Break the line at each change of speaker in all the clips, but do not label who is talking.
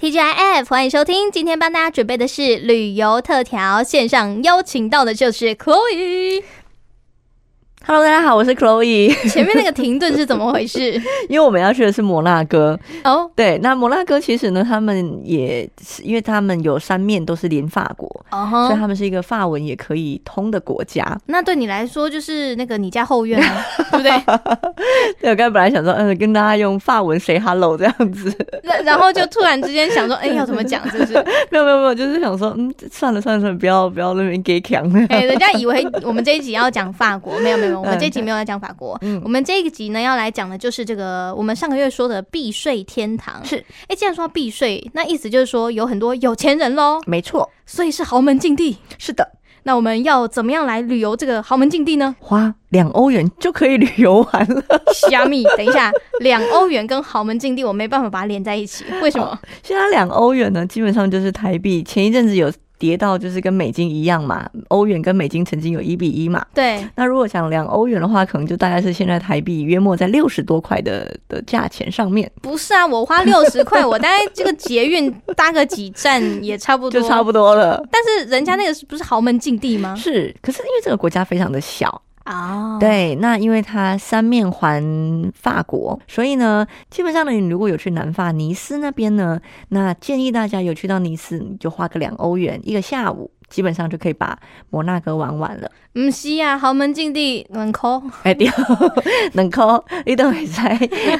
TGIF，欢迎收听。今天帮大家准备的是旅游特调，线上邀请到的就是 Chloe。
Hello，大家好，我是 Chloe。
前面那个停顿是怎么回 事？
因为我们要去的是摩纳哥，
哦
对，那摩纳哥其实呢，他们也是因为他们有三面都是连法国，
哦
所以
吼，
他们是一个法文也可以通的国家。
那对你来说就是那个你家后院 啊，对不对？
对，我刚才本来想说，嗯，跟大家用法文 say hello 这样子，
然然后就突然之间想说，哎、要怎么讲？是不 是？
没有没有没有，就是想说，嗯，算了算了算了，不要不要那边给强了。
哎、人家以为我们这一集要讲法国，没有没有，我们这一集没有要讲法国，
嗯
我们这一集呢要来讲的就是这个我们上个月说的避税天堂。
是，
哎、既然说到避税，那意思就是说有很多有钱人喽，
没错，
所以是豪门禁地。
是的，？
那我们要怎么样来旅游这个豪门禁地呢
花两欧元就可以旅游完了。
虾米，等一下，两欧元跟豪门禁地我没办法把它连在一起，为什么？
现在两欧元呢，基本上就是台币，前一阵子有跌到就是跟美金一样嘛，欧元跟美金曾经有一比一嘛。
对，
那如果讲两欧元的话，可能就大概是现在台币约莫在六十多块的的价钱上面，
不是啊，我花六十块，我大概这个捷运搭个几站也差不多，嗯
就差不多了。
但是人家那个是不是豪门禁地吗？
是，可是因为这个国家非常的小，
啊，，
对，那因为它三面环法国，所以呢，基本上呢，你如果有去南法尼斯那边呢，那建议大家有去到尼斯，你就花个两欧元一个下午，基本上就可以把摩纳哥玩完了。
嗯，是啊，豪门禁地能抠，
哎对， 两块你都会使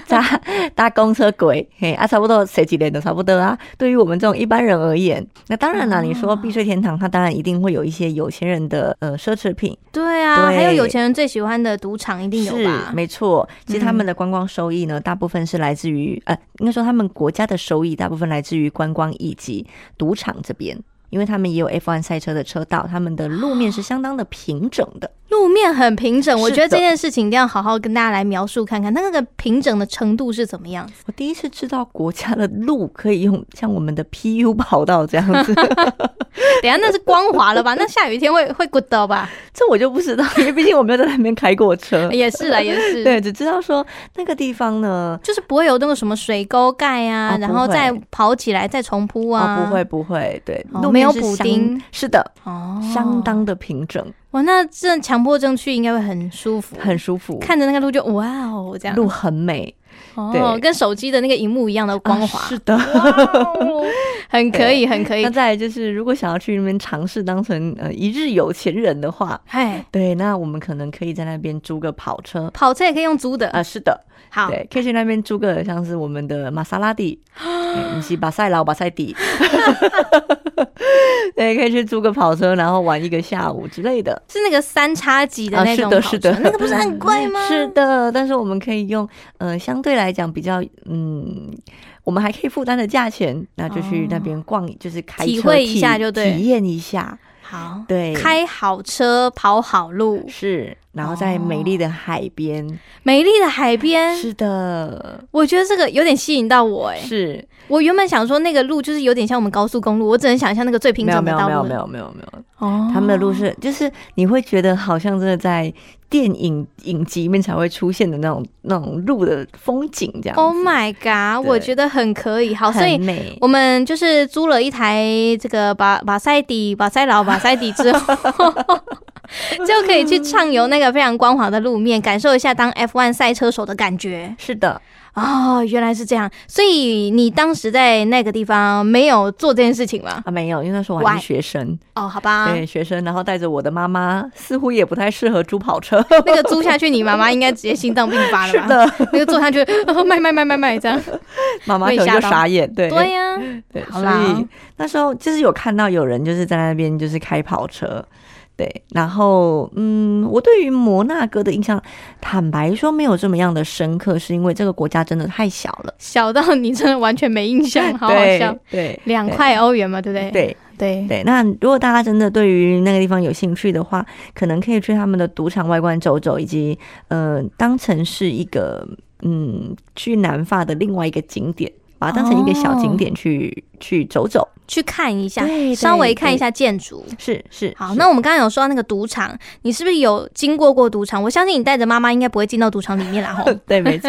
搭搭公车轨，嘿啊，差不多十几年都差不多啊。对于我们这种一般人而言，那当然啦，
哦
你说避税天堂，它当然一定会有一些有钱人的呃奢侈品，
对啊，
对
还有有钱人最喜欢的赌场一定有
是
吧？
没错。其实他
嗯
们的观光收益呢，大部分是来自于呃，应该说他们国家的收益大部分来自于观光以及赌场这边。因为他们也有 F1 赛车的车道，他们的路面是相当的平整的。
路面很平整，我
是
觉得这
的
件事情一定要好好跟大家来描述看看，那个平整的程度是怎么样子。
我第一次知道国家的路可以用像我们的 PU 跑道这样子，
等一下那是光滑了吧？那下雨天会会滚到吧？
这我就不知道，因为毕竟我没有在那边开过车。
也是啦，也是。
对，只知道说那个地方呢，
就是不会有那个什么水沟盖啊，
哦
然
不
后
会
再跑起来再重铺啊、
哦，不会不会，对，
哦
路
没
面
有
是
补
相
丁，
是的，
哦，
相当的平整，
哇，那这强迫症去应该会很舒服，
很舒服，
看着那个路就哇哦这样，
路很美，
哦
对
跟手机的那个荧幕一样的光滑，
啊是的。
哦很可以很可以
那，再来就是，如果想要去那边尝试当成呃一日有钱人的话，
哎，
对，那我们可能可以在那边租个跑车
跑车也可以用租的，
啊、是的，
好，
对，可以去那边租个像是我们的玛莎 拉蒂，哎不是巴塞劳、巴塞迪， 对，可以去租个跑车，然后玩一个下午之类的。
是那个三叉戟的
啊
那
是
种跑
的
车，
是的嗯
那个不是很贵吗？
是的，但是我们可以用呃相对来讲比较嗯，我们还可以负担的价钱，那就去那边逛，就是开车
体会一下
体
就对
体验一下，
好，
对，
开好车，跑好路，
是，然后
哦
在美丽的海边，
美丽的海边，
是的，
我觉得这个有点吸引到我哎、
是，
我原本想说那个路就是有点像我们高速公路，我只能想象那个最平
没有
整
没
的道
有没
路
有
了。
没有没有没有，
哦
他们的路是，就是你会觉得好像真的在电影影集里面才会出现的那种那种路的风景这样子
Oh my god！
对
我觉得很可以，好，所
很
以。
美。
我们就是租了一台这个巴巴塞迪、巴塞劳、巴塞迪之后，就可以去畅游那个非常光滑的路面，感受一下当 F1 赛车手的感觉。
是的，
哦，原来是这样，所以你当时在那个地方没有做这件事情吗？
啊，没有，因为那时候我还
Why？
是学生，
哦，好吧，
对学生，然后带着我的妈妈，似乎也不太适合租 跑车，
那个租下去，你妈妈应该直接心脏病发了吧？
是的，
那个坐下去， 哦卖卖卖卖卖这样。
妈妈
被
可能
吓
就
到
傻眼，对
对呀、
对，
好
所
啦
以那时候就是有看到有人就是在那边就是开跑车，对，然后嗯，我对于摩纳哥的印象，坦白说没有这么样的深刻，是因为这个国家真的太小了。
小到你真的完全没印象，好好笑。
对
两块欧元嘛，对不对？
对
对
对。那如果大家真的对于那个地方有兴趣的话，可能可以去他们的赌场外观走走，以及呃，当成是一
哦
个嗯去南法的另外一个景点，把它当成一个小景点去、去走走。
去看一下
对，对
稍微看一下建筑。
是是，
好，
是
那我们刚刚有说到那个赌场，你是不是有经过过赌场？我相信你带着妈妈应该不会进到赌场里面啦，吼。
对，没错，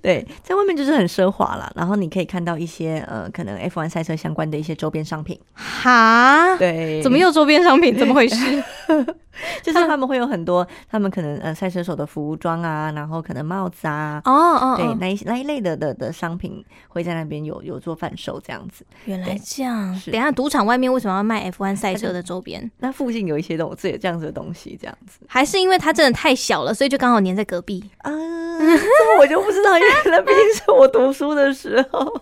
对，在外面就是很奢华啦。然后你可以看到一些呃，可能 F1 赛车相关的一些周边商品。
哈，
对，
怎么又周边商品？怎么回事？
就是他们会有很多，他们可能呃赛车手的服装啊，然后可能帽子啊。
哦哦，
对，
哦，
那一那一类的的的商品会在那边有有做贩售这样子。
原来
对
这样。
是
等一下赌场外面为什么要卖 F1 赛车的周边？
那附近有一些东西，这样子的东西这样子。
还是因为它真的太小了，所以就刚好粘在隔壁。
啊，这我就不知道，因为那 毕竟是我读书的时候。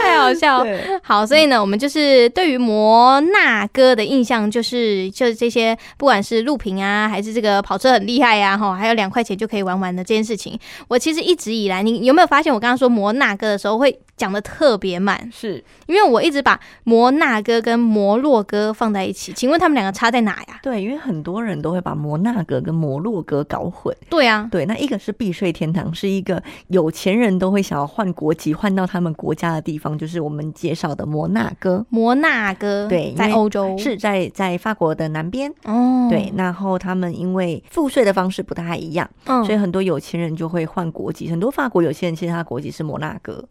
太 好笑了。
对，
好，所以
嗯
呢，我们就是对于摩纳哥的印象就是，就是这些，不管是录屏啊，还是这个跑车很厉害呀、啊，吼，还有两块钱就可以玩玩的这件事情。我其实一直以来，你有没有发现我刚刚说摩纳哥的时候会讲的特别慢？
是，
因为我一直把摩纳哥跟摩洛哥放在一起，请问他们两个差在哪呀？
对，因为很多人都会把摩纳哥跟摩洛哥搞混。
对啊，
对，那一个是避税天堂，是一个有钱人都会想要换国籍，换到他们国家的地方，就是我们介绍的摩纳哥，
摩纳哥
对因为
在欧洲
是在在法国的南边。
哦，
对，，然后他们因为赋税的方式不太一样，
嗯
所以很多有钱人就会换国籍。很多法国有钱人其实他的国籍是摩纳哥，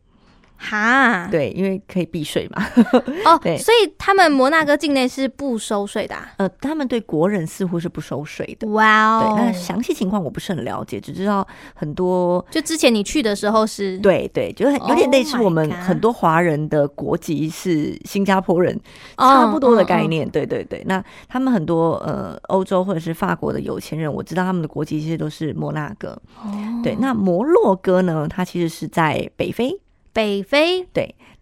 哈，
对，因为可以避税嘛。
哦，
对
所以他们摩纳哥境内是不收税的、啊。
呃，他们对国人似乎是不收税的。
哇
对，
哦！
呃那详细情况我不是很了解，只知道很多。
就之前你去的时候是，
对对，就是很有点
Oh
类似
my
我们
God
很多华人的国籍是新加坡人，
哦
差不多的概念。对对对，那他们很多呃欧洲或者是法国的有钱人，我知道他们的国籍其实都是摩纳哥。
哦。哦哦
对，那摩洛哥呢，它其实是在北非，
北非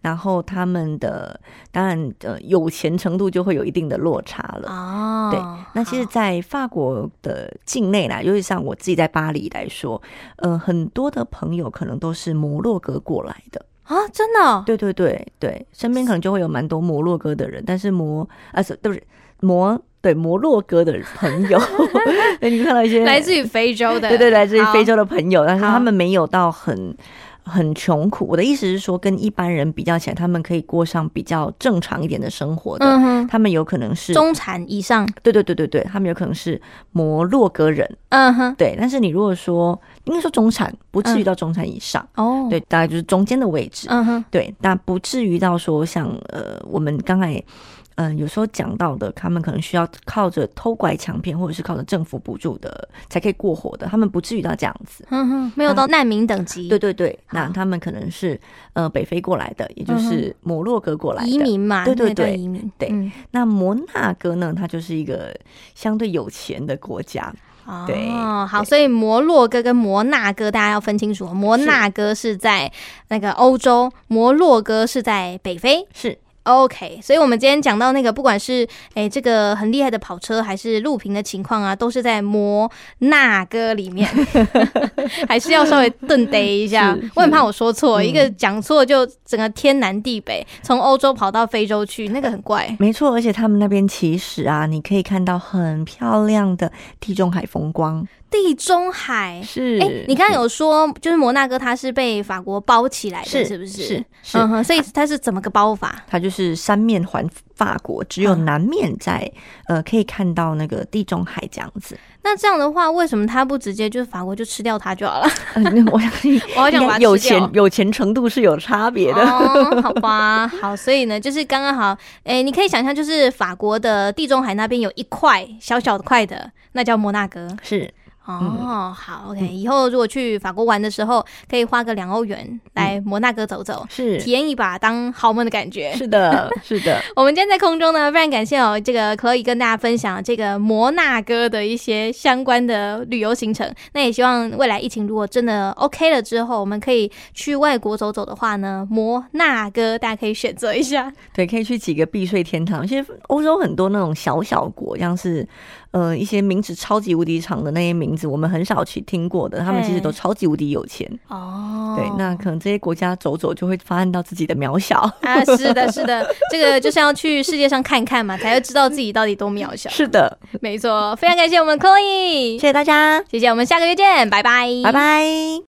然后他们的当然呃有钱程度就会有一定的落差了。
哦，
对那其实，
好
在法国的境内啦，尤其像我自己在巴黎来说，呃，很多的朋友可能都是摩洛哥过来的。
啊，真的哦
对对对对，身边可能就会有蛮多摩洛哥的人，但是摩啊，是对不是摩对摩洛哥的朋友， 对，你会看到一些
来自于非洲的，
对对来自于
好
非洲的朋友，但是
好
他们没有到很。很穷苦，我的意思是说，跟一般人比较起来，他们可以过上比较正常一点的生活的。
嗯哼，
他们有可能是，
中产以上，
对对对对对，他们有可能是摩洛哥人，
嗯哼，
对。但是你如果说应该说中产，不至于到中产以上，
哦，，
对，大概就是中间的位置。
嗯哼，
对，但不至于到说像呃，我们刚才嗯、呃有时候讲到的，他们可能需要靠着偷拐抢骗，或者是靠着政府补助的才可以过活的，他们不至于到这样子。
嗯哼，没有到难民等级，
对对对，那
好
他们可能是呃北非过来的，也就
嗯哼
是摩洛哥过来
移
的。
民嘛，
对对
那个叫
对
移民，
对
嗯
那摩纳哥呢，它就是一个相对有钱的国家。对
哦，好，
对
所以摩洛哥跟摩纳哥大家要分清楚哦，摩
是
纳哥是在那个欧洲，摩洛哥是在北非。
是
OK，所以我们今天讲到那个，不管是诶、这个很厉害的跑车，还是录屏的情况啊，都是在摩纳哥里面， 还是要稍微顿逮一下
是是。
我很怕我说错，
嗯
一个讲错就整个天南地北，从欧洲跑到非洲去，那个很怪。
没错，而且他们那边其实啊，你可以看到很漂亮的地中海风光。
地中海，
是
哎、你刚刚有说，就是摩纳哥它是被法国包起来的，
是
是不是？
是是
嗯哼，所以它是怎么个包法？
它就是三面环法国，只
嗯
有南面在、呃可以看到那个地中海这样 子。
那这样的话，为什么它不直接就是法国就吃掉它就好了？
呃、那我相信
我好想
应
把它吃掉
该有钱有钱程度是有差别的。
哦，好吧，好，所以呢，就是刚刚好，哎、你可以想象，就是法国的地中海那边有一块小小的块的，那叫摩纳哥。
是嗯
哦，好，OK，以后如果去法国玩的时候，可以花个两欧元来摩纳哥走走，
嗯是
体验一把当豪门的感觉。
是的，是的，
我们今天在空中呢，非常感谢哦，这个 Chloe 跟大家分享这个摩纳哥的一些相关的旅游行程。那也希望未来疫情如果真的 OK 了之后，我们可以去外国走走的话呢，摩纳哥大家可以选择一 下。
对，可以去几个避税天堂。其实欧洲很多那种小小国，像是呃一些名字超级无敌长的那些名字，我们很少去听过的，他们其实都
对
超级无敌有钱。
哦
对，那可能这些国家走走就会发现到自己的渺小。
啊，是的，是的，这个就是要去世界上看看嘛，才会知道自己到底多渺小。
是的，
没错，非常感谢我们
谢
Chloe，
谢大家，
谢谢，我们下个月见，拜拜，
拜。拜。